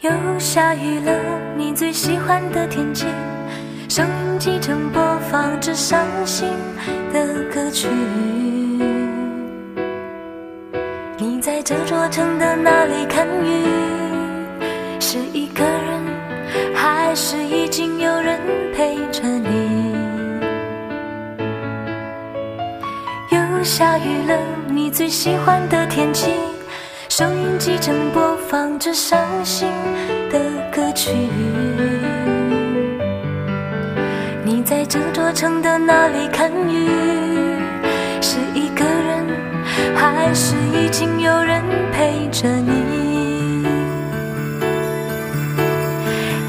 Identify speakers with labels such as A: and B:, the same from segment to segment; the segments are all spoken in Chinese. A: 又下雨了，你最喜欢的天气，收音机正播放着伤心的歌曲。你在这座城的哪里看雨？是一个人，还是已经有人陪着你？又下雨了，你最喜欢的天气。收音机正播放着伤心的歌曲。你在这座城的哪里看雨？是一个人，还是已经有人陪着你？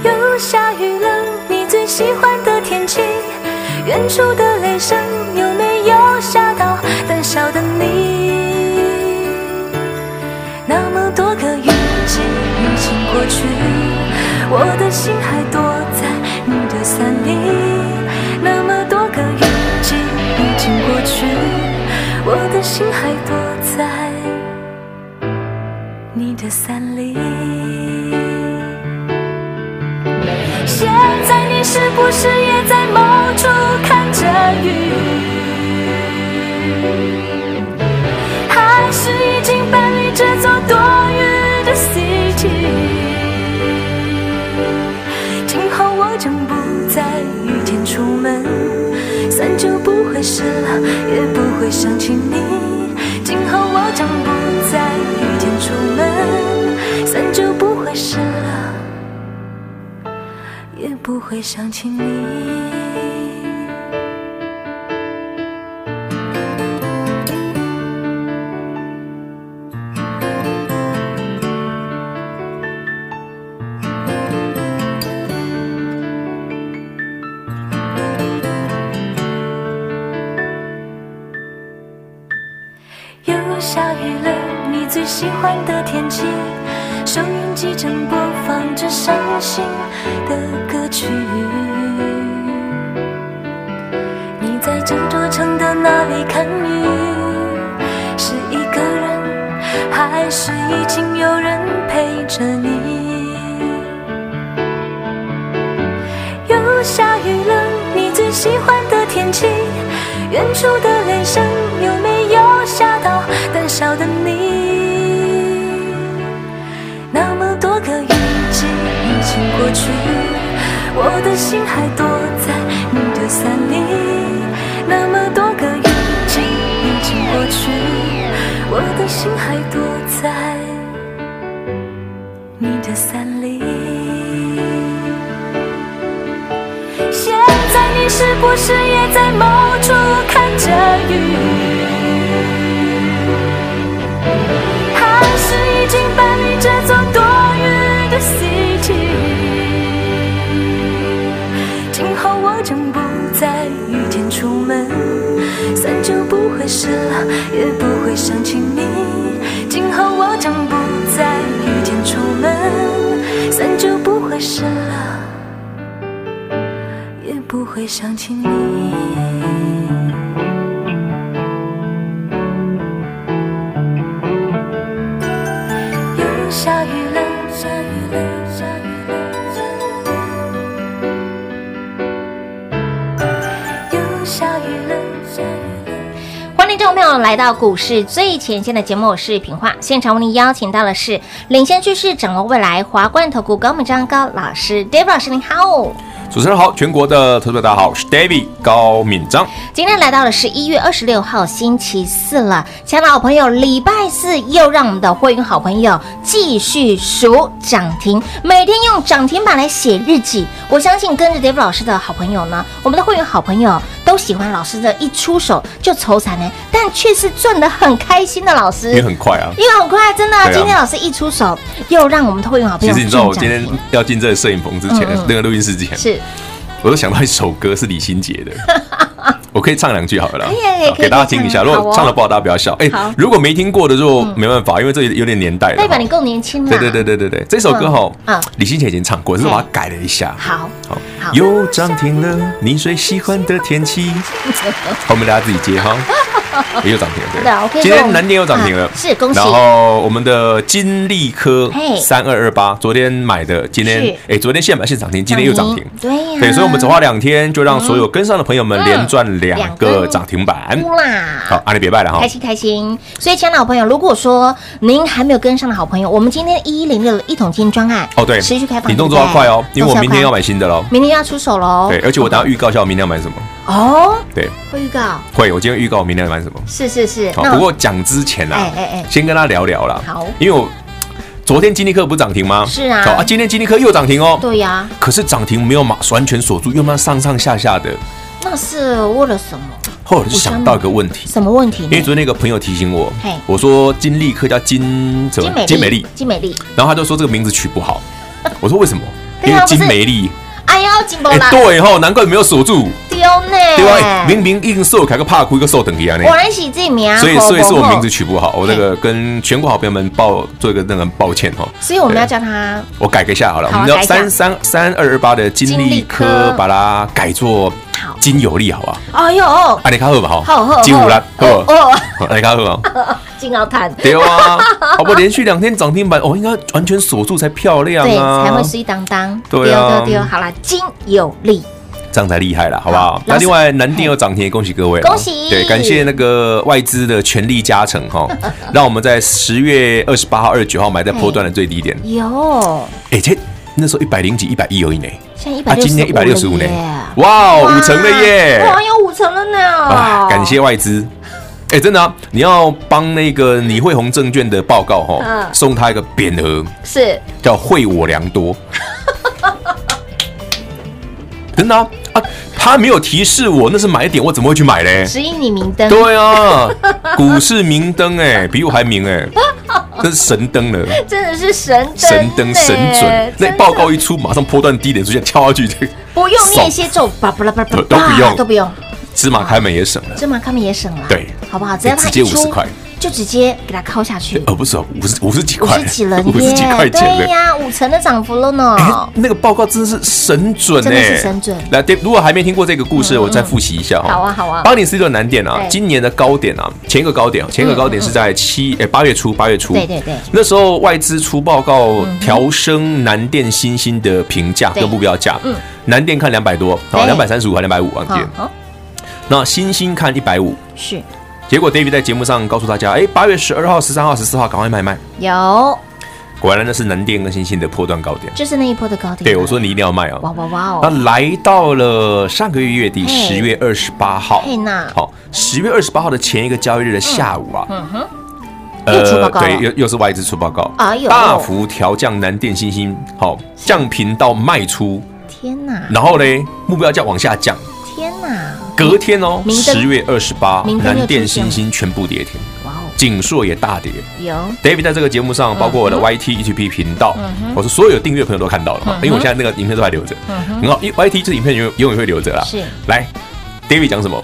A: 又下雨了，你最喜欢的天气，远处的雷声有没有吓到胆小的你？那么多个雨季已经过去，我的心还躲在你的伞里。那么多个雨季已经过去，我的心还躲在你的伞里。现在你是不是也在某处看着雨？还是已经搬离这座多雨的 city。今后我将不再雨天出门，伞就不会湿了，也不会想起你。今后我将不再雨天出门，伞就不会湿了，也不会想起你。下雨了，你最喜欢的天气，收音机正播放着伤心的歌曲。你在这座城的哪里看雨？是一个人，还是已经有人陪着你？又下雨了，你最喜欢的天气，远处的雷声有没？有吓到胆小的你，那么多个雨季已经过去，我的心还躲在你的伞里。那么多个雨季已经过去，我的心还躲在你的伞里。现在你是不是也在某处看着雨？还是已经搬离这座多雨的 city。今后我将不再雨天出门，伞就不会湿了，也不会想起你。今后我将不再雨天出门，伞就不会湿了，也不会想起你。下雨了，下雨了，下雨了，又下雨了，下雨了。
B: 欢迎听众朋友来到股市最前线的节目，我是平化。现场为您邀请到的是领先趋势、掌握未来华冠投顾高敏章高老师，David 老师您好。
C: 主持人好，全国的投资者大家好，我是 David 高敏章。
B: 今天来到了十一月二十六号星期四了，亲爱的好朋友，礼拜四又让我们的会员好朋友继续数涨停，每天用涨停板来写日记。我相信跟着 Dave 老师的好朋友呢，我们的会员好朋友都喜欢老师的一出手就愁惨呢，但却是赚得很开心的老师，
C: 因为很快啊。
B: 因为很快，真的、啊，
C: 对啊
B: 今天老师一出手，又让我们的会员好朋
C: 其
B: 友
C: 实你知道，我
B: 中
C: 今
B: 奖
C: 天要进这个摄影棚之前，
B: 嗯嗯
C: 那个录音室之前，
B: 是
C: 我都想到一首歌是李心洁 的，我可以唱两句好了啦
B: 可以可以，
C: 好给大家听一下。
B: 哎可以
C: 如
B: 唱
C: 果唱的不好，大家不要笑。哎
B: 好，
C: 如果没听过的就没办法，因为这有点年代了。
B: 代表你够年轻了，
C: 啊对对对，对对对，这首歌哈
B: 嗯嗯，
C: 李心洁已经唱过，只是我把它改了一下。
B: 好，
C: 好
B: 好，
C: 又涨停了，你最喜欢的天 气，后面大家自己接哈。也有涨停了，对。
B: 对啊我可以
C: 今
B: 跟我
C: 天
B: 们
C: 南电又涨停了
B: 啊，是恭喜
C: 然后我们的金利科
B: 嘿
C: 三二二八，昨天买的，今
B: 是
C: 天哎，昨天现买现涨停，今天又涨停。
B: 对呀、
C: 对，所以我们只花两天就让所有跟上的朋友们
B: 嗯
C: 连赚
B: 两
C: 两
B: 根
C: 个涨停板。
B: 哭啦，
C: 好，阿里别拜了哈
B: 开。心开心。所以，亲爱的好朋友，如果说您还没有跟上的好朋友，我们今天一一零六的一桶金专案
C: 哦，对，
B: 持续开放，
C: 你动
B: 对
C: 作
B: 不
C: 要
B: 对
C: 快哦，因为
B: 动
C: 我
B: 作
C: 明天要买新的喽。
B: 明天要出手喽。
C: 对，而且我等下预告一下我明天要买什么。
B: 哦，
C: 对，
B: 会预告，
C: 会，我今天预告我明天要买什么。
B: 是是是。
C: 好，
B: 那
C: 不
B: 我
C: 过讲之前啦
B: 哎哎哎，
C: 先跟他聊聊啦。
B: 好
C: 因为我昨天金利科不是涨停吗？
B: 是啊
C: 好啊，今天金利科又涨停哦。
B: 对呀、
C: 可是涨停没有马完全锁住，又慢慢上上下下的。
B: 那是为了什么？
C: 后来我就想到一个问题，
B: 什么问题
C: 因为
B: 呢？
C: 昨天那个朋友提醒我
B: 嘿，
C: 我说金利科叫金什么？
B: 金
C: 金
B: 美
C: 美
B: 丽
C: 丽，，
B: 金美丽，
C: 然后他就说这个名字取 不好。我说为什么？
B: 对
C: 因
B: 啊
C: 为金美丽。
B: 哎呦，金宝
C: 哎、
B: 啦，
C: 对吼，难怪没有锁住，
B: 丢呢，
C: 对吧？哎明明一个瘦，开个怕哭，一个瘦等一啊样呢。
B: 果然是自己名，
C: 所以，
B: 吼
C: 所以是我
B: 吼
C: 名字取不好，我那个跟全国好朋友们抱做一个那个抱歉哈。
B: 所以我们要叫他
C: 我改个一下好了，
B: 好啊
C: 我们要
B: 改一下
C: 三三三二二八的金
B: 金利
C: 利
B: 科
C: 科，把它改做
B: 好
C: 金有利，好不好？
B: 哎呦，好
C: 阿啊你卡好吧哈，
B: 好好，
C: 金五啦，好
B: 哦
C: 不好，
B: 哦，
C: 阿你卡 好吧？
B: 金鳌坦，
C: 对啊，好不好？连续两天涨停板，哦，应该完全锁住才漂亮
B: 对，
C: 啊，
B: 才会碎当当，
C: 对
B: 丢
C: 啊
B: 丢丢，好啦，金有力，
C: 这样才厉害啦，好不好
B: 好？
C: 那另外南电又涨停，恭喜各位啊，
B: 恭喜
C: 对，感谢那个外资的全力加成哈， 让我们在十月二十八号、二十九号买在波段的最低点，
B: 有，
C: 哎，这那时候一百零几、一百一而已呢，
B: 现在一百
C: 啊，
B: 六十，
C: 今天一百六十五呢
B: 耶，
C: 哇哦，
B: 哇
C: 五成了耶！
B: 哇，有五成了呢
C: 啊，，感谢外资。哎、真的啊，你要帮那个你汇宏证券的报告哈、
B: 嗯
C: 送他一个匾额，
B: 是
C: 叫“惠我良多”。真的啊啊，他没有提示我那是买点，我怎么会去买嘞？
B: 指引你明灯，
C: 对啊，股市明灯哎、比我还明哎、这是神灯了，
B: 真的是神灯
C: 神灯
B: 呢
C: 神准。那
B: 真的
C: 报告一出，马上波段低点出现，跳下去，这个
B: 不用念一些咒，叭叭叭叭叭，
C: 都不用
B: 都不用，
C: 芝麻开门也省了，
B: 芝麻他们也省了，
C: 对
B: 好不好？只要他
C: 直
B: 一
C: 接
B: 出
C: 50块，
B: 就直接给他敲下去，
C: 呃，不是哦，五十五十几
B: 五
C: 块，
B: 十几了耶，
C: 五十几块钱
B: 对
C: 了。
B: 呀，五成的涨幅了呢。
C: 哎那个报告真的是神准
B: 哦真
C: 哎、
B: 的是神准嗯
C: 来，对如果还没听过这个故事，我再复习一下哈、
B: 好啊好啊
C: 八点四六南电啊
B: 对，嗯
C: 今年的高点啊，前一个高点，前一个高点是在七哎八月初，八月初。
B: 对对对
C: 那时候外资出报告调升南电新兴的评价
B: 对
C: 跟目标价，
B: 嗯
C: 南电看两百多，好
B: 对
C: 两百三十五还两百五，忘记了。
B: 好，好
C: 那新兴看一百五，
B: 是
C: 结果 David 在节目上告诉大家，哎，八月十二号、十三号、十四号赶快卖卖。
B: 有，
C: 果然那是南电跟新兴的波段高点。
B: 就是那一波的高点。
C: 对，我说，你一定要卖哦。
B: 哇哇哇
C: 那
B: 哦，
C: 来到了上个月月底
B: 嘿
C: 十月二十八号
B: 嘿呐，
C: 好，十月二十八号的前一个交易日的下午啊，呃
B: 嗯哼，又出报告了
C: 对，又又是外资出报告，
B: 哎呦
C: 大幅调降南电新星，好，降频到卖出，
B: 天哪，
C: 然后呢，目标价往下降，
B: 天哪，
C: 隔天哦，
B: 明灯
C: 十月二十八
B: 明，灯又
C: 南电
B: 出现
C: 新星全部跌停，
B: 哇哦，
C: 锦硕也大跌。
B: 有
C: David 在这个节目
B: 嗯
C: 上，包括我的 YT ETP 频道，我说所有有订阅朋友都看到了
B: 嗯
C: 嘛，因为我现在那个影片都还留着，很好，因为 YT 这影片永远永远会留着啦。
B: 是，
C: 来，David 讲什么？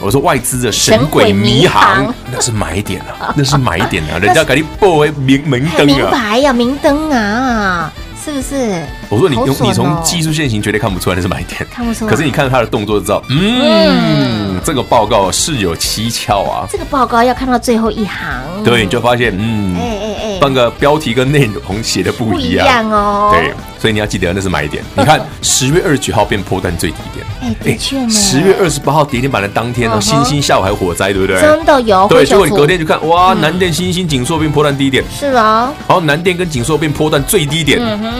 C: 我说外资的神
B: 神鬼
C: 鬼迷
B: 迷
C: 航
B: 航，
C: 那是买点啊，那是买点 啊，人家给你报为明明
B: 太
C: 灯
B: 哎明
C: 啊。
B: 白呀，明灯啊，是不是？
C: 我说你
B: 好
C: 用
B: 爽
C: 你从
B: 哦
C: 技术线型绝对看不出来那是买点，
B: 看不出来。
C: 可是你看他的动作就知道，嗯，这个报告是有蹊跷啊。
B: 这个报告要看到最后一行，
C: 对，你就发现，
B: 嗯哎
C: 嗯，
B: 哎哎，
C: 半个标题跟内容写的不
B: 不
C: 一
B: 一
C: 样。
B: 样哦。
C: 啊对，，所以你要记得那是买点。你 看，十月二十九号变破蛋最低点，
B: 哎，的确呢，
C: 十月二十八号跌停板的当天
B: 嗯哼
C: 哦，星星下午还火灾，对不对？
B: 真的有，
C: 对，
B: 会嗯
C: 结果
B: 修
C: 你
B: 复
C: 隔天就看，哇，南电、星星、锦硕变破蛋低点，
B: 是哦，
C: 然后南电跟锦硕变破蛋最低点，
B: 嗯哼，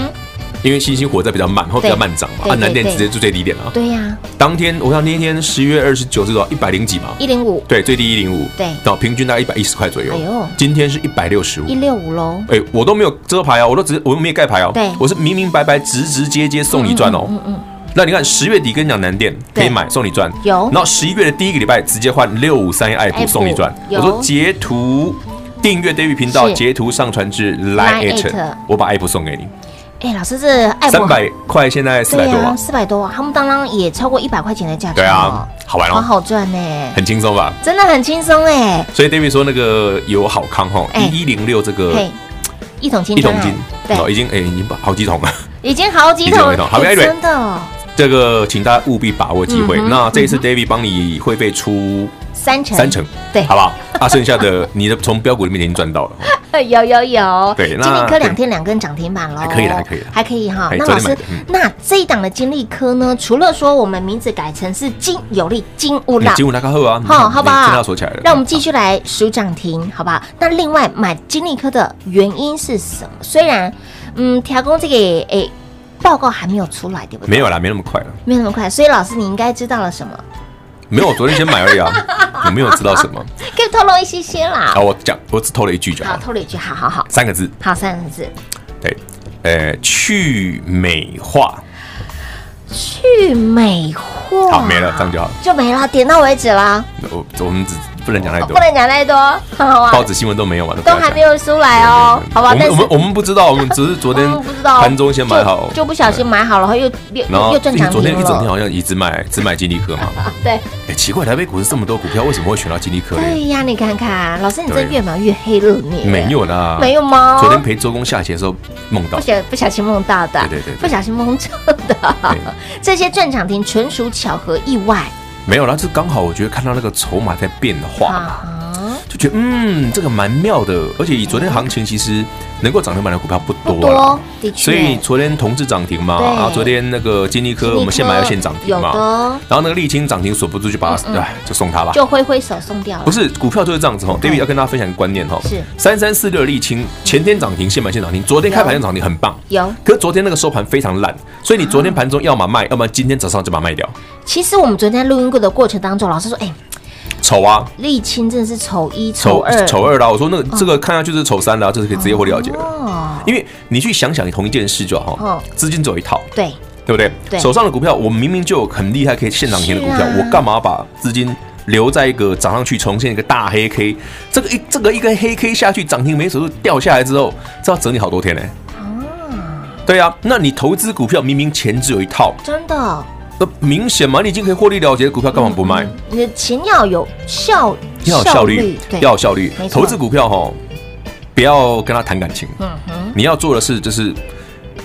C: 因为星星火灾比较慢，会比较慢涨嘛，
B: 对
C: 啊，
B: 对
C: 南电
B: 对
C: 直接就最低点了。
B: 对呀，
C: 当天我看那天十月二十九是多少？一百零几嘛？
B: 一零五
C: 对，最低一零五，
B: 嗯对
C: 然后平均大概一百一十块左右
B: 哎呦。
C: 今天是一百六十五
B: 一，六五喽，
C: 哎、啊我都没有遮牌哦，我都直我都没有盖牌哦，
B: 对
C: 我是明明白白、直直接接送你赚哦。
B: 嗯嗯，
C: 那你看十月底跟你讲南电可
B: 对
C: 以买送你赚，
B: 有
C: 然后十一月的第一个礼拜直接换六五三一爱
B: 爱
C: 普送你
B: 普
C: 赚。
B: 有
C: 我说截图订阅 David 频道，
B: 是
C: 截图上传至
B: Line
C: Line
B: at
C: at，我把爱普送给你，
B: 哎，老师，这爱
C: 三
B: 博
C: 百块现在四
B: 对
C: 百多吧
B: 啊，，四百多啊，他们当当也超过一百块钱的价格
C: 对
B: 哦
C: 啊，，好玩
B: 好
C: 哦，
B: 好赚呢，
C: 很轻松吧？
B: 真的很轻松哎，
C: 所以 David 说那个有好康哈，
B: 哎
C: 一一零六这个
B: 嘿，一桶金
C: 呃一
B: 专
C: 桶
B: 案，
C: 金，哦，
B: 对，
C: 已经哎已经好几桶了。
B: 已经好几桶，
C: 已经好几桶好
B: 哎
C: anyway
B: 真的
C: 这个请大家务必把握机会。
B: 嗯哼
C: 那这一次 David 帮你会费出
B: 三成，
C: 三成，
B: 对
C: 好不好？啊，剩下的你的从标股里面已经赚到 了，
B: 有有有，
C: 对
B: 金
C: 那
B: 利科两天两根涨停板喽，
C: 还可以啦还可以啦
B: 还可以哈。
C: 哎
B: 那
C: 昨
B: 老
C: 天买
B: 师
C: 的嗯，
B: 那这一档的金利科呢，除了说我们名字改成是金有利金乌
C: 你
B: 啦
C: 进，入那个后啊，你
B: 好，
C: 看
B: 好不
C: 你
B: 好？
C: 听到锁起来了。
B: 让我们继续来数涨停，好不好？那另外买金利科的原因是什么？虽然，嗯，调工这个诶报告还没有出来，对不对？
C: 没有啦，啊没那么快了，
B: 没有那么快，所以老师你应该知道了什么，
C: 没有，我昨天先买而已 啊，我没有知道什么
B: 可以透露一些些啦
C: 啊，。我讲，我只透了一句就好
B: 好，
C: 了，
B: 透露一句，好好好，
C: 三个字，
B: 好三个字，
C: 对，呃，去美化，
B: 去美化。
C: 好，没了，这样就好了，
B: 就没了，点到为止啦，
C: 我我们只不能讲太
B: 哦不
C: 多，
B: 能讲太多， 好吧
C: 报？纸新闻都没有嘛，
B: 都还没有出来哦，好吧？
C: 嗯我
B: 但
C: 们
B: 是
C: 我们我们不知道，我们只是昨 天
B: 嗯不知道
C: 盘中先买好
B: 就，就不小心买好了，然后又又
C: 然
B: 又
C: 后哎
B: 又正常
C: 昨天一整天
B: 了，
C: 好像也只买只买金利科嘛，
B: 对
C: 哎，奇怪，台北股市这么多股票，为什么会选到金利科
B: 对
C: 呢？
B: 呀，你看看，老师你这
C: 对
B: 越描越黑了你，
C: 没有啦，
B: 没有吗？
C: 昨天陪周公下棋的时候梦到
B: 不，小不小心梦到的，
C: 对对对对
B: 不小心蒙中的
C: 对，
B: 这些转涨停纯属巧合意外
C: 没有啦，是刚好我觉得看到那个筹码在变化嘛，
B: 啊，
C: 就觉得嗯，这个蛮妙的，而且以昨天行情其实能够涨停板的股票不
B: 不
C: 多啦
B: 多。，的确，
C: 所以昨天同志涨停嘛，
B: 对
C: 然后昨天那个
B: 金
C: 金利
B: 利
C: 科我们现买要现涨停
B: 有
C: 嘛，
B: 的嗯
C: 然后那个沥青涨停锁不住就把它，哎，就送它吧。
B: 就挥挥手送掉了，
C: 不是股票就是这样子哈
B: 对
C: ，David 要跟大家分享一个观念哈，
B: 是
C: 三三四六的沥青，前天涨停，现买现涨停，昨天开盘就涨停，很棒。
B: 有。
C: 可是昨天那个收盘非常烂，所以你昨天盘中要么卖，要么今天早上就把它卖掉，
B: 其实我们昨天在录音过的过程当中，老师说，哎，
C: 丑啊，
B: 沥青真的是丑一
C: 丑
B: 二嗯
C: 丑二啦。我说那个这个看下去是丑三啦，这是可以直接获利了结的。
B: 哦，
C: 因为你去想想同一件事就好
B: 哦，
C: 资金只有一套，
B: 对，
C: 对不对？
B: 对
C: 手上的股票，我明明就有很厉害可以现涨停的股票，
B: 是啊
C: 我干嘛把资金留在一个涨上去重现一个大黑 K？这个一这个一根黑 K 下去，涨停没手术掉下来之后，这要整理好多天呢、对啊，那你投资股票明明钱只有一套，
B: 真的，
C: 那明显嘛，你已经可以获利了结的股票，干嘛不卖？
B: 你的钱要有嗯效，
C: 要有效率，
B: 对，
C: 要有效率
B: 没。错
C: 投资股票哈，不要跟他谈感情。
B: 嗯哼，
C: 你要做的是就是。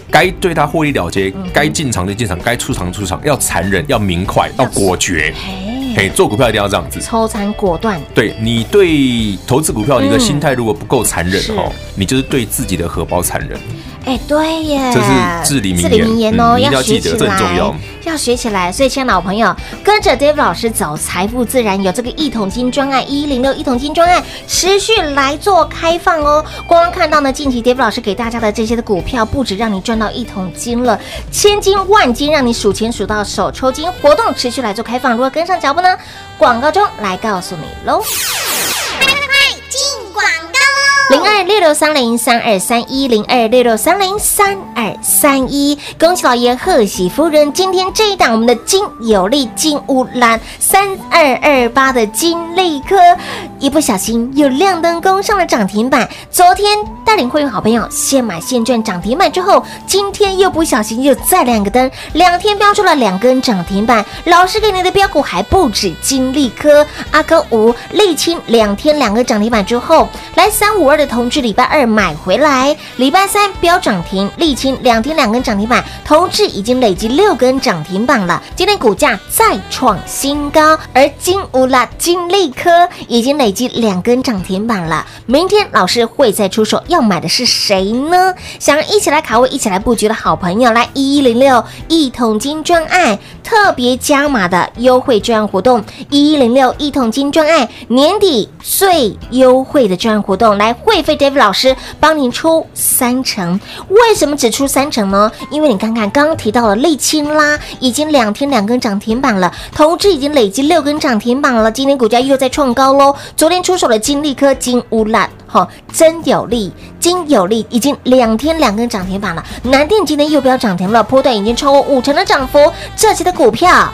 C: 该对他获利了
B: 嗯
C: 结，该进场就进场，该出场出场，要残忍，要明快，要果决。
B: 哎，
C: 嘿，做股票一定要这样子。
B: 抽残果断，
C: 对你对投资股票，你的
B: 嗯
C: 心态如果不够残忍
B: 是
C: 哦，你就是对自己的荷包残忍。
B: 哎，对耶，
C: 这是至理名言
B: 哦，
C: 嗯你一
B: 要
C: 定要
B: 学
C: 记
B: 起
C: 得这很重
B: 来
C: 要，
B: 要学起来。所以，亲爱的老朋友，跟着 Dave 老师走，财富自然有。这个一桶金专案一零六一桶金专案持续来做开放哦。光看到呢，近期 Dave 老师给大家的这些的股票，不止让你赚到一桶金了，千金万金，让你数钱数到手抽筋。活动持续来做开放，如何跟上脚步呢？广告中来告诉你喽。零二六六三零三二三一零二六六三零三二三一，恭喜老爷，贺喜夫人！今天这一档我们的金有利金乌兰三二二八的金利科，一不小心又亮灯攻上了涨停板。昨天带领会员好朋友现买现赚涨停板之后，今天又不小心又再亮个灯，两天标出了两根涨停板。老师给你的标股还不止金利科、阿科五、沥青两天两个涨停板之后，来三五二的同志礼拜二买回来，礼拜三标涨停，沥青两天两根涨停板，同志已经累积六根涨停板了，今天股价再创新高，而金乌拉金利科已经累积两根涨停板了，明天老师会再出手，要买的是谁呢？想要一起来卡位、一起来布局的好朋友，来一一零六一桶金专案特别加码的优惠专案活动，一一零六一桶金专案年底最优惠的专案活动，来会费 David 老师帮您出三成。为什么只出三成呢？因为你看看刚刚提到了沥青啦，已经两天两根涨停板了，投资已经累积六根涨停板了，今天股价又在创高喽。昨天出手的金利科金乌兰。好、真有利，金有利，已经两天两根涨停板了。南电今天又标涨停了，波段已经超过五成的涨幅，这些的股票。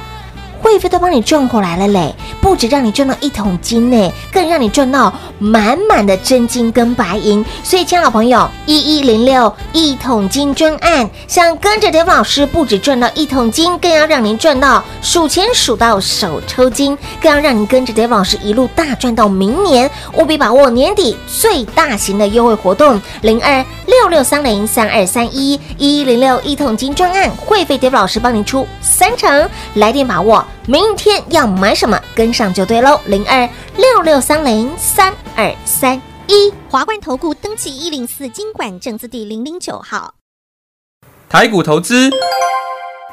B: 会费都帮你赚回来了嘞，不止让你赚到一桶金呢，更让你赚到满满的真金跟白银。所以，亲爱的朋友，一一零六一桶金专案，想跟着 d a 老师不止赚到一桶金，更要让您赚到数钱数到手抽筋，更要让您跟着 d a 老师一路大赚到明年。务必把握年底最大型的优惠活动，零二六六三零三二三一一零六一桶金专案，会费 d a 老师帮您出三成，来电把握。明天要买什么，跟上就对喽。零二六六三零三二三一。
D: 华冠投顾登记一零四经管证字第零零九号。
E: 台股投资，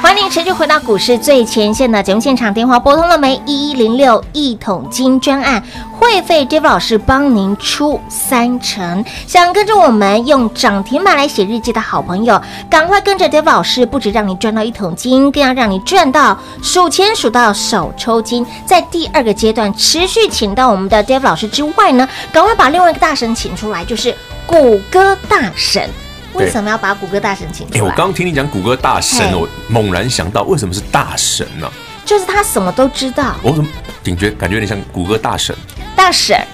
B: 欢迎持续回到股市最前线的节目现场，电话拨通了没？一一零六一桶金专案会费 d a v 老师帮您出三成。想跟着我们用涨停板来写日记的好朋友，赶快跟着 d a v 老师，不止让你赚到一桶金，更要让你赚到数钱数到手抽筋。在第二个阶段，持续请到我们的 d a v 老师之外呢，赶快把另外一个大神请出来，就是谷歌大神。为
C: 对
B: 什么要把谷歌大神请出
C: 哎、
B: 来？
C: 我刚听你讲谷歌大神，
B: 嘿
C: 我猛然想到，为什么是大神呢、
B: 就是他什么都知道，
C: 我怎么感觉感觉有点像谷歌大神？
B: 大婶。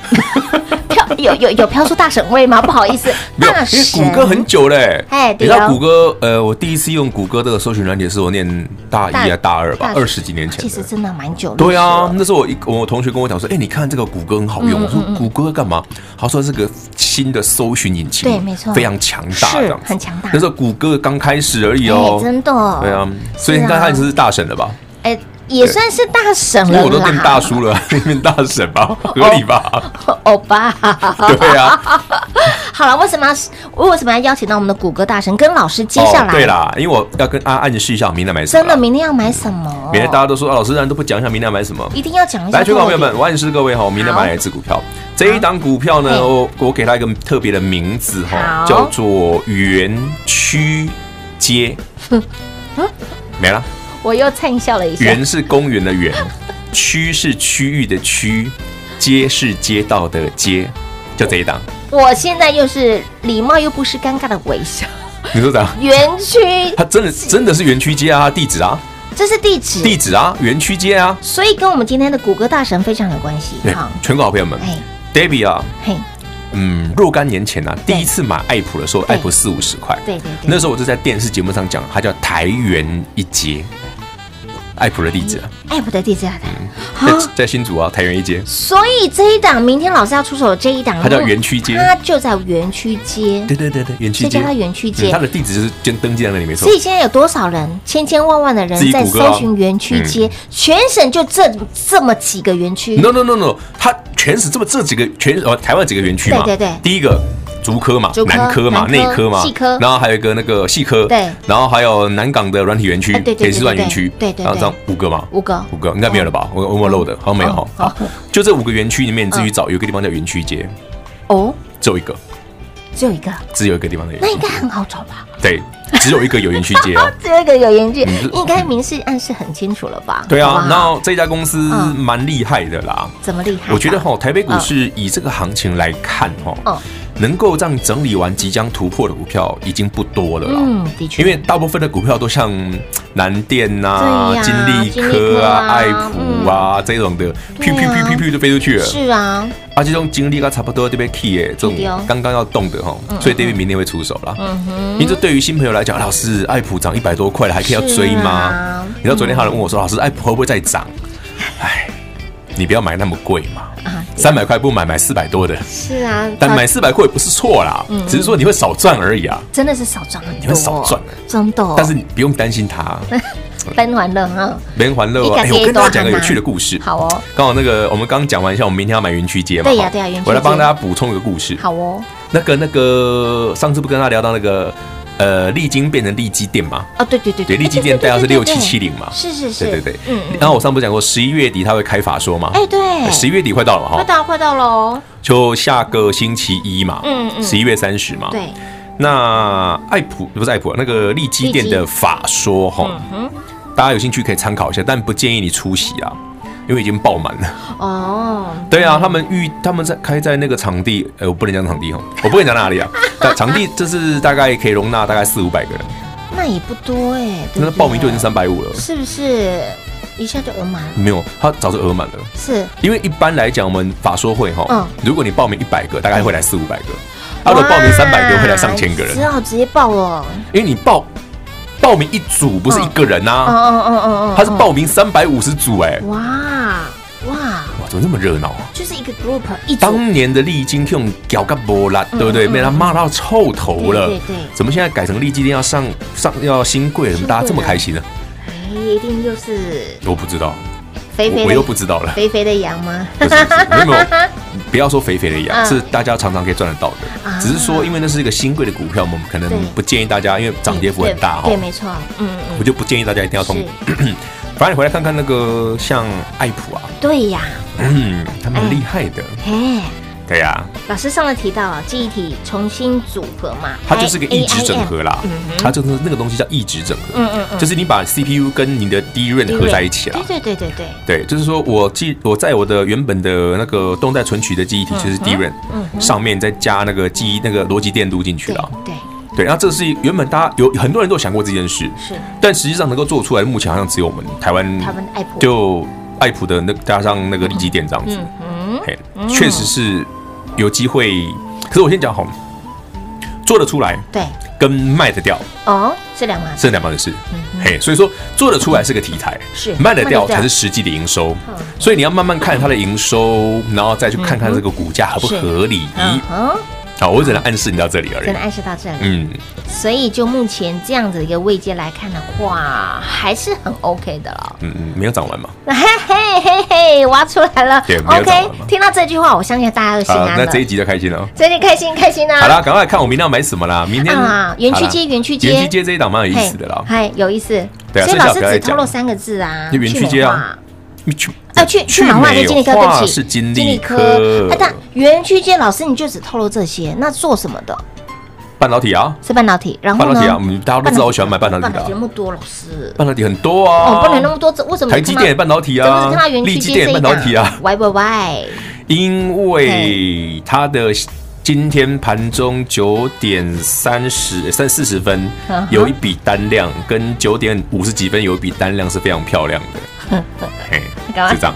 B: 飘有有有飘出大婶味吗？不好意思，
C: 没有
B: 大，
C: 因为
B: 婶。
C: 谷歌很久嘞、
B: 哎
C: 你
B: 对
C: 知
B: 哦
C: 道谷歌？呃，我第一次用谷歌这个搜寻软体是我念大一
B: 大
C: 啊大二吧
B: 大，啊
C: 二十几年前
B: 其实
C: 的。
B: 真的蛮久了。
C: 对啊，，那时候我一我同学跟我讲说，哎、你看这个谷歌很好用。我
B: 嗯
C: 说谷歌干嘛？他说这个新的搜寻引擎，
B: 对没错
C: 非常强大，
B: 是
C: 这样子
B: 很强大
C: 那时候谷歌刚开始而已哦
B: 哎，，真的哦。
C: 对啊，所以
B: 是啊
C: 你看他已经是大神了吧？
B: 哎，也算是大婶
C: 因
B: 了
C: 为
B: 啦。
C: 我都变大叔了，你变大神吧，
B: 哦
C: 合理吧？
B: 欧巴。哦
C: 对啊，
B: 好了，为什么要为什么要邀请到我们的谷歌大神跟老师接下来？
C: 哦对，啦，因为我要跟大家暗示一下，我明天买什么
B: 真
C: 啦。
B: 的明天要买什么？
C: 免得大家都说、啊、老师，然都不讲一下明天买什么。
B: 一定要讲一下。
C: 来，全国朋友们，，我暗示各位哈，我明天
B: 好
C: 买了一只股票，这一档股票呢，
B: 好
C: 我我给它一个特别的名字哈
B: 好，
C: 叫做园区 街。没了，
B: 我又灿笑了一下。
C: 园是公园的园， 区是区域的区，街是街道的街，就这一档。
B: 我现在又是礼貌又不失尴尬的微 笑。
C: 你说咋样？
B: 园区，
C: 它真的真的是园区街啊，它地址啊，
B: 这是地址，
C: 地址啊，园区街啊。
B: 所以跟我们今天的谷歌大神非常有关系。
C: 对
B: 好，，
C: 全国好朋友们
B: 哎
C: ，Debbie 啊，
B: 嘿，
C: 嗯，若干年前啊，
B: 对
C: 第一次买爱普的时候，
B: 对
C: 爱普四五十块，
B: 对对对，
C: 那时候我就在电视节目上讲，它叫台原一街，爱普的地址啊，
B: 爱普的地址啊，
C: 在在新竹啊，台原一街，
B: 所以这一档明天老师要出手的这一档，
C: 它叫园区街，
B: 它就在园区街，
C: 对对对对，园区
B: 啊所以叫
C: 街，嗯
B: 它园区街
C: 它。的地址就是先登记在那里，没错
B: 所。以现在有多少人，千千万万的人
C: 自己
B: 在
C: 谷歌啊
B: 搜寻园区街，全省就这这么几个园区，
C: No no no no，它全是这么这几个全呃台湾几个园区嘛，
B: 对对对
C: 第一个。竹科嘛
B: 竹，科
C: 南科嘛，
B: 南
C: 内
B: 科
C: 科嘛，
B: 细科
C: 然后还有一个那个细科，
B: 对
C: 然后还有南港的软体园区
B: 哎对，对
C: 也是
B: 对
C: 软
B: 对
C: 园区，
B: 对对
C: 然后这样五个嘛，
B: 五个
C: 五个应该没有了吧？我我有没有漏的？好像没有
B: 哦
C: 哈。好，就这五个园区里面，你自己找，有一个地方叫园区街，
B: 哦，
C: 只有一个，
B: 只有一个，
C: 只有一个地方的园
B: 那
C: 区
B: 应，该很好找吧？
C: 对，只有一个有园区街 哦。
B: 只有一个有园区，
C: 嗯
B: 应该明示暗示很清楚了吧？
C: 对
B: 好不
C: 啊
B: 好，
C: 然后这家公司
B: 嗯
C: 蛮厉害的啦，
B: 怎么厉害法？
C: 我觉得哈，台北股市以这个行情来看
B: 嗯
C: 哈，能够这样整理完即将突破的股票已经不多了啦。
B: 嗯，的确，
C: 因为大部分的股票都像南电呐、
B: 对呀
C: 金利
B: 金利
C: 科
B: 科
C: 啊、
B: 啊嗯
C: 爱普啊这种的，噗
B: 对
C: 噗
B: 啊
C: 噗噗噗就飞出去了。
B: 是啊，
C: 啊，这种经历啊，差不多这边 key 耶，这种
B: 对哦
C: 刚刚要动的哈，
B: 嗯
C: 所以 David 明天会出手啦。因为这对于新朋友来讲，老师，爱普涨一百多块了，还可以要追
B: 是
C: 吗
B: 啊？
C: 你知道昨天还有人问我说，老师，爱普会不会再涨？哎，你不要买那么贵嘛，三百块不买，买四百多的，
B: 是啊，
C: 但买四百块也不是错啦，
B: 嗯
C: 只是说你会少赚而已啊。
B: 真的是少赚很多，
C: 你们少赚
B: 真的哦。
C: 但是你不用担 心它，
B: 分完了哈，
C: 连环乐啊！
B: 一
C: 哎，
B: 家
C: 我
B: 接一
C: 跟大
B: 段
C: 家讲个有
B: 啊
C: 趣的故事。
B: 好哦，
C: 刚好那个我们刚讲完一下，我们明天要买园区街嘛。
B: 对呀
C: 哈
B: 对呀园区街
C: 我来帮大家补充一个故事。
B: 好哦，
C: 那个那个上次不跟他聊到那个呃利金变成利基 店嘛？
B: 哦，对对对
C: 对，利基店代号是六七七，零嘛
B: 对。是是是，
C: 对对对，
B: 嗯嗯，
C: 然后我上次不是讲过，十一月底他会开法说嘛？
B: 哎对，
C: 十一月底快到了嘛
B: 快
C: 哈，
B: 到快到喽，
C: 就下个星期一嘛，
B: 嗯嗯
C: 十一月三十嘛。
B: 对，
C: 那爱普不是爱普，那个利基店的法说哈，
B: 嗯
C: 大家有兴趣可以参考一下，但不建议你出席啊，因为已经爆满 了。
B: 哦，
C: 对啊，他们预他们在开在那个场地，呃，我不能讲场地哈，我不能讲 哪里啊，但场地就是大概可以容纳大概四五百个人，
B: 那也不多哎，对不对
C: 那报名就已经三百五了，
B: 是不是一下就额满了？
C: 没有，他早就额满了。
B: 是
C: 因为一般来讲，我们法说会
B: 嗯
C: 哈，如果你报名一百个，大概会来四五百个；，他如果报名三百个，会来上千个人啊
B: 哇，只好直接报了，
C: 因为你报报名一组不是一个人啊呐、
B: 嗯嗯嗯嗯嗯，嗯
C: 他是报名三百五十组哎、
B: 哇哇，
C: 哇，怎么那么热闹啊？
B: 就是一个 group 一组，
C: 当年的利金用屌个波啦，对不对？被他骂到臭头了。
B: 对对对
C: 怎么现在改成利基店要上上要新贵了？怎么大家这么开心呢？
B: 哎，一定又是
C: 我不知道，
B: 肥
C: 我
B: 肥
C: 我又
B: 的
C: 不知道了。
B: 肥肥的羊吗？
C: 不是不是没 有没有，不要说肥肥的羊，
B: 嗯啊
C: 是大家常常可以赚得到的。只是说，因为那是一个新贵的股票，我们可能
B: 对
C: 不建议大家，因为涨跌幅很大哈
B: 对，对，没错，嗯嗯，
C: 我就不建议大家一定要通。反正你回来看看那个像爱普啊，
B: 对呀，
C: 嗯，他们厉害的，
B: 哎，
C: 对呀、
B: 老师上次提到了记忆体重新组合嘛，哎
C: 它就是个异质整
B: AIM。
C: 合啦，它就是那个东西叫异质整合，
B: 嗯嗯嗯，
C: 就是你把 CPU 跟你的 DRAM 合在一起啦。
B: 对对对对对，
C: 对，就是说我记我在我的原本的那个动态存取的记忆体，
B: 嗯
C: 就是 DRAM 上面再加那个记忆那个逻辑电路进去
B: 对
C: 了。
B: 对
C: 对，然后这是原本大家有很多人都有想过这件事，
B: 是
C: 但实际上能够做出来，目前好像只有我们台湾
B: 台湾的爱普
C: 就爱普的那加上那个利基店这样
B: 嗯
C: 子，嘿，确实是有机会。可是我先讲好，做得出来
B: 对
C: 跟卖得掉
B: 哦，是两码事，
C: 是两码子事，嘿，所以说做得出来是个题材，
B: 嗯是
C: 卖得掉
B: 卖得掉
C: 才是实际的营收
B: 嗯，
C: 所以你要慢慢看它的营收，然后再去看看这个股价合不
B: 是
C: 合理。
B: 嗯哼，
C: 好，我只能暗示你到这里而
B: 真
C: 已
B: 的。暗示到这里，
C: 嗯，
B: 所以就目前这样子的一个位阶来看的话，还是很 OK 的了。
C: 嗯嗯，没有涨完嘛？
B: 嘿嘿嘿嘿，挖出来了
C: 对没有找到嘛
B: ，OK。听到这句话，我相信大家都心
C: 好，
B: 安
C: 啊那
B: 了，
C: 这一集就开心了哦。
B: 最近开心开心啊！
C: 好啦，赶快看我明天要买什么啦！明天
B: 啊园区街
C: 好啦
B: 园区街
C: 园区街这一档蛮有意
B: 嘿，
C: 思的啦。
B: 嗨，有意思。
C: 对啊
B: 所以
C: 剩下
B: 老师
C: 不要再
B: 只
C: 讲
B: 透露三个字啊，
C: 就园区街啊你去
B: 美化。啊，去去马化跟金利科，对
C: 美
B: 不
C: 化
B: 起，
C: 是金利科
B: 啊，，但园区街老师你就只透露这些，那做什么的？
C: 半导体啊，
B: 是半导体，然后
C: 半
B: 呢？
C: 导体啊，嗯，大家都知道我喜欢买半导体
B: 半
C: 的
B: 导
C: 啊
B: 体，那么多，老师
C: 半导体很多啊，
B: 哦，不能那么多，这为什么
C: 台积电也
B: 看
C: 半导体
B: 到怎么只
C: 啊
B: 看到，园
C: 力
B: 区街
C: 积电
B: 这
C: 也
B: 一
C: 半导体啊
B: 档，？Why why why？
C: 因为它的今天盘中九点三十呃三四十分
B: 嗯哼
C: 有一笔单量，跟九点五十几分有一笔单量是非常漂亮 的，嘿，
B: 干嘛
C: 是这样，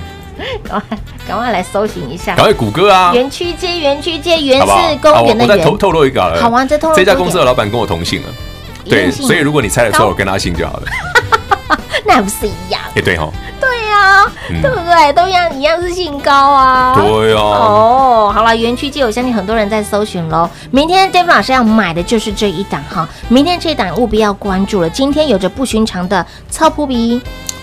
B: 赶快 赶快来搜寻一下
C: 赶，快谷歌啊，
B: 园区街，园区街，园
C: 好不好？
B: 是公园
C: 好我
B: 的
C: 再
B: 园
C: 透，透露一个好了，
B: 好啊再透露
C: 这家
B: 多一
C: 公司
B: 点
C: 的老板跟我同姓啊，
B: 一
C: 对，
B: 样姓
C: 所以如果你猜得出来，我跟他姓就好了。
B: 那还不是一样？
C: 也对哦哈，
B: 对呀、
C: 嗯
B: 对不对？都一样，一样是姓高啊。
C: 对哦，
B: 哦，好了，园区街我相信很多人在搜寻喽。明天 David 老师要买的就是这一档哈，明天这一档务必要关注了。今天有着不寻常的超扑鼻，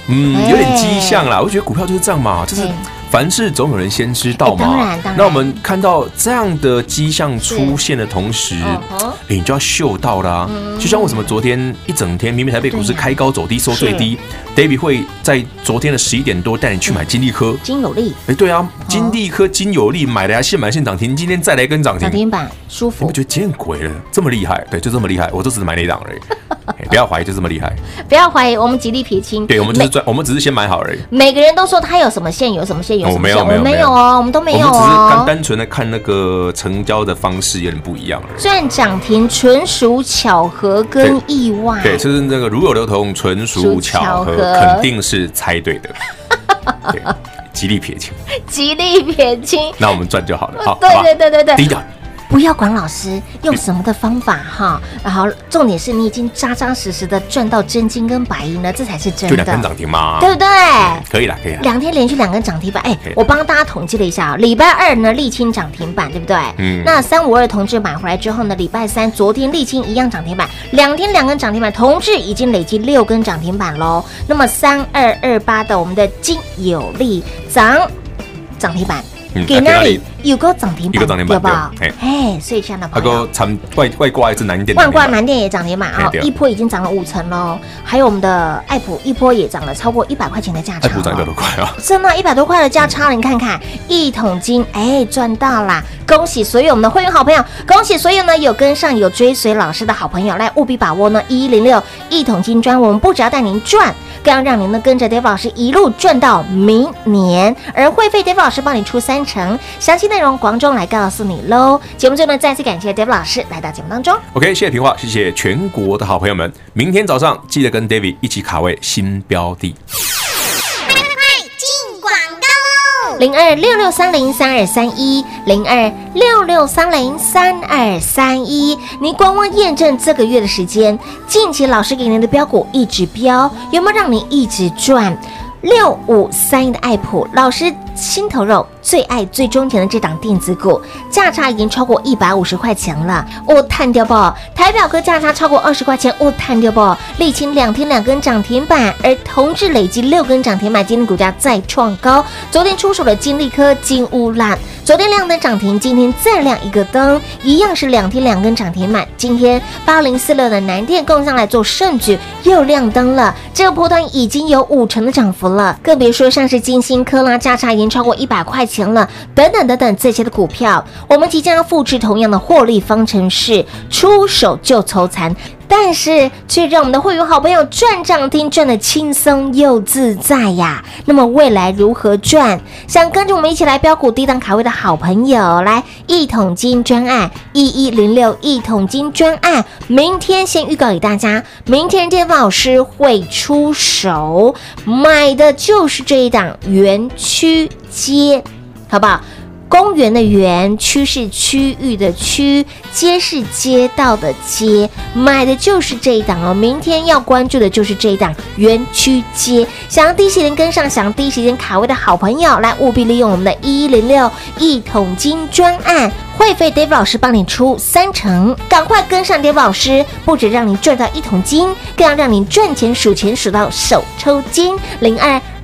C: 嗯，
B: 哎
C: 有点迹象啦。我觉得股票就是这样嘛，就是
B: 对
C: 凡事总有人先知
B: 哎
C: 道
B: 当
C: 嘛
B: 然当。然
C: 那我们看到这样的迹象出现的同时，
B: 嗯哼
C: 哎，你就要嗅到啦。就像为什么昨天一整天明明台北股市
B: 嗯对呀
C: 开高走低收最低，David 会在昨天的十一点多带你去买金利科。
B: 金有力，
C: 哎，对啊，金利科金有利买的还现买现涨停，今天再来一根涨
B: 涨
C: 停，
B: 停板舒
C: 你
B: 服
C: 们，觉得见鬼了，这么厉害？对，就这么厉害，我就只是买那一档 而已，嘿不要怀疑，就这么厉害。
B: 不要怀疑，我们极力撇清。
C: 对，我们就是
B: 每
C: 赚，我们只是先买好而已。
B: 每个人都说他有什么线，有什么线，有什
C: 哦
B: 么
C: 没
B: 事？
C: 有
B: 我
C: 没
B: 们
C: 有
B: 没
C: 没
B: 有
C: 有
B: 哦，我们都没
C: 我
B: 有
C: 们只是单
B: 哦。
C: 单纯的看那个成交的方式有点不一样而已。
B: 虽然涨停纯属巧合跟意外，
C: 对，就是那个如有刘同，纯属
B: 属
C: 巧
B: 巧
C: 合，
B: 合
C: 肯定是猜对 的。对，极力撇清，
B: 极力撇清。
C: 那我们赚就好了，好，好吧
B: 对对对对对，
C: 低调。
B: 不要管老师用什么的方法哈，然后重点是你已经扎扎实实的赚到真金跟白银了，这才是真
C: 就
B: 的
C: 两，根涨停嘛，
B: 对不对？
C: 可以啦，可以啦。
B: 两天连续两根涨停板，哎
C: 对，
B: 我帮大家统计了一下啊，礼拜二呢沥青涨停板，对不对？
C: 嗯
B: 那三五二同志买回来之后呢，礼拜三昨天沥青一样涨停板，两天两根涨停板，同志已经累积六根涨停板喽。那么三二二八的我们的金有利涨涨停板
C: 嗯，
B: 给
C: 给
B: 那
C: 那
B: 里
C: 里
B: 有个涨停
C: 有
B: 板，
C: 个涨停板
B: 对吧？
C: 对
B: 哎，所以这样的
C: 阿
B: 朋友
C: 哥，。参外外挂一只南电
B: 万
C: 涨停
B: 挂
C: 板，
B: 南电也涨停板啊
C: 哎，对
B: 一波已经涨了五成喽，还有我们的爱普一波也涨了超过一百块钱的哦价差、
C: 爱普涨一百多块啊，
B: 真的，一百多块的价差了，你看看一桶金，哎，赚到啦！恭喜所有我们的会员好朋友，恭喜所有呢有跟上、有追随老师的好朋友，来务必把握呢一零六一桶金砖，我们不只要带您赚，更要让您呢跟着 Dave 老师一路赚到明年。而会费 Dave 老师帮你出三成，详细内容广众来告诉你喽。节目最后呢，再次感谢 Dave 老师来到节目当中。
C: OK，谢谢平话，谢谢全国的好朋友们。明天早上记得跟 David 一起卡位新标的。
F: 进广告喽！
B: 零二六六三零三二三一，零二六六三零三二三一。您光光验证这个月的时间，近期老师给您的标股一直标，有没有让您一直赚？六五三一的爱普，老师心头肉，最爱最钟情的这档电子股，价差已经超过一百五十块钱了，我探掉不？台表哥价差超过二十块钱，我探掉不？沥青两天两根涨停板，而同志累积六根涨停板，今天股价再创高。昨天出手的金利科、金乌烂，昨天亮灯涨停，今天再亮一个灯，一样是两天两根涨停板。今天八零四六的南电更上来做胜举，又亮灯了。这个波段已经有五成的涨幅了，更别说像是金星科啦，价差已经超过一百块钱了，等等等等这些的股票，我们即将要复制同样的获利方程式，出手就抽残。但是却让我们的会员好朋友赚涨停赚的轻松又自在呀。那么未来如何赚？想跟着我们一起来标股低档卡位的好朋友，来一桶金专案一一零六一桶金专案，明天先预告给大家，明天天老师会出手买的就是这一档园区街，好不好？公园的园，区是区域的区，街是街道的街，买的就是这一档哦。明天要关注的就是这一档园区街，想要第一时间跟上，想要第一时间卡位的好朋友，来务必利用我们的一零六一桶金专案。会费 Dave 老师帮你出三成，赶快跟上 Dave 老师，不止让你赚到一桶金，更要让你赚钱数钱数到手抽筋。零二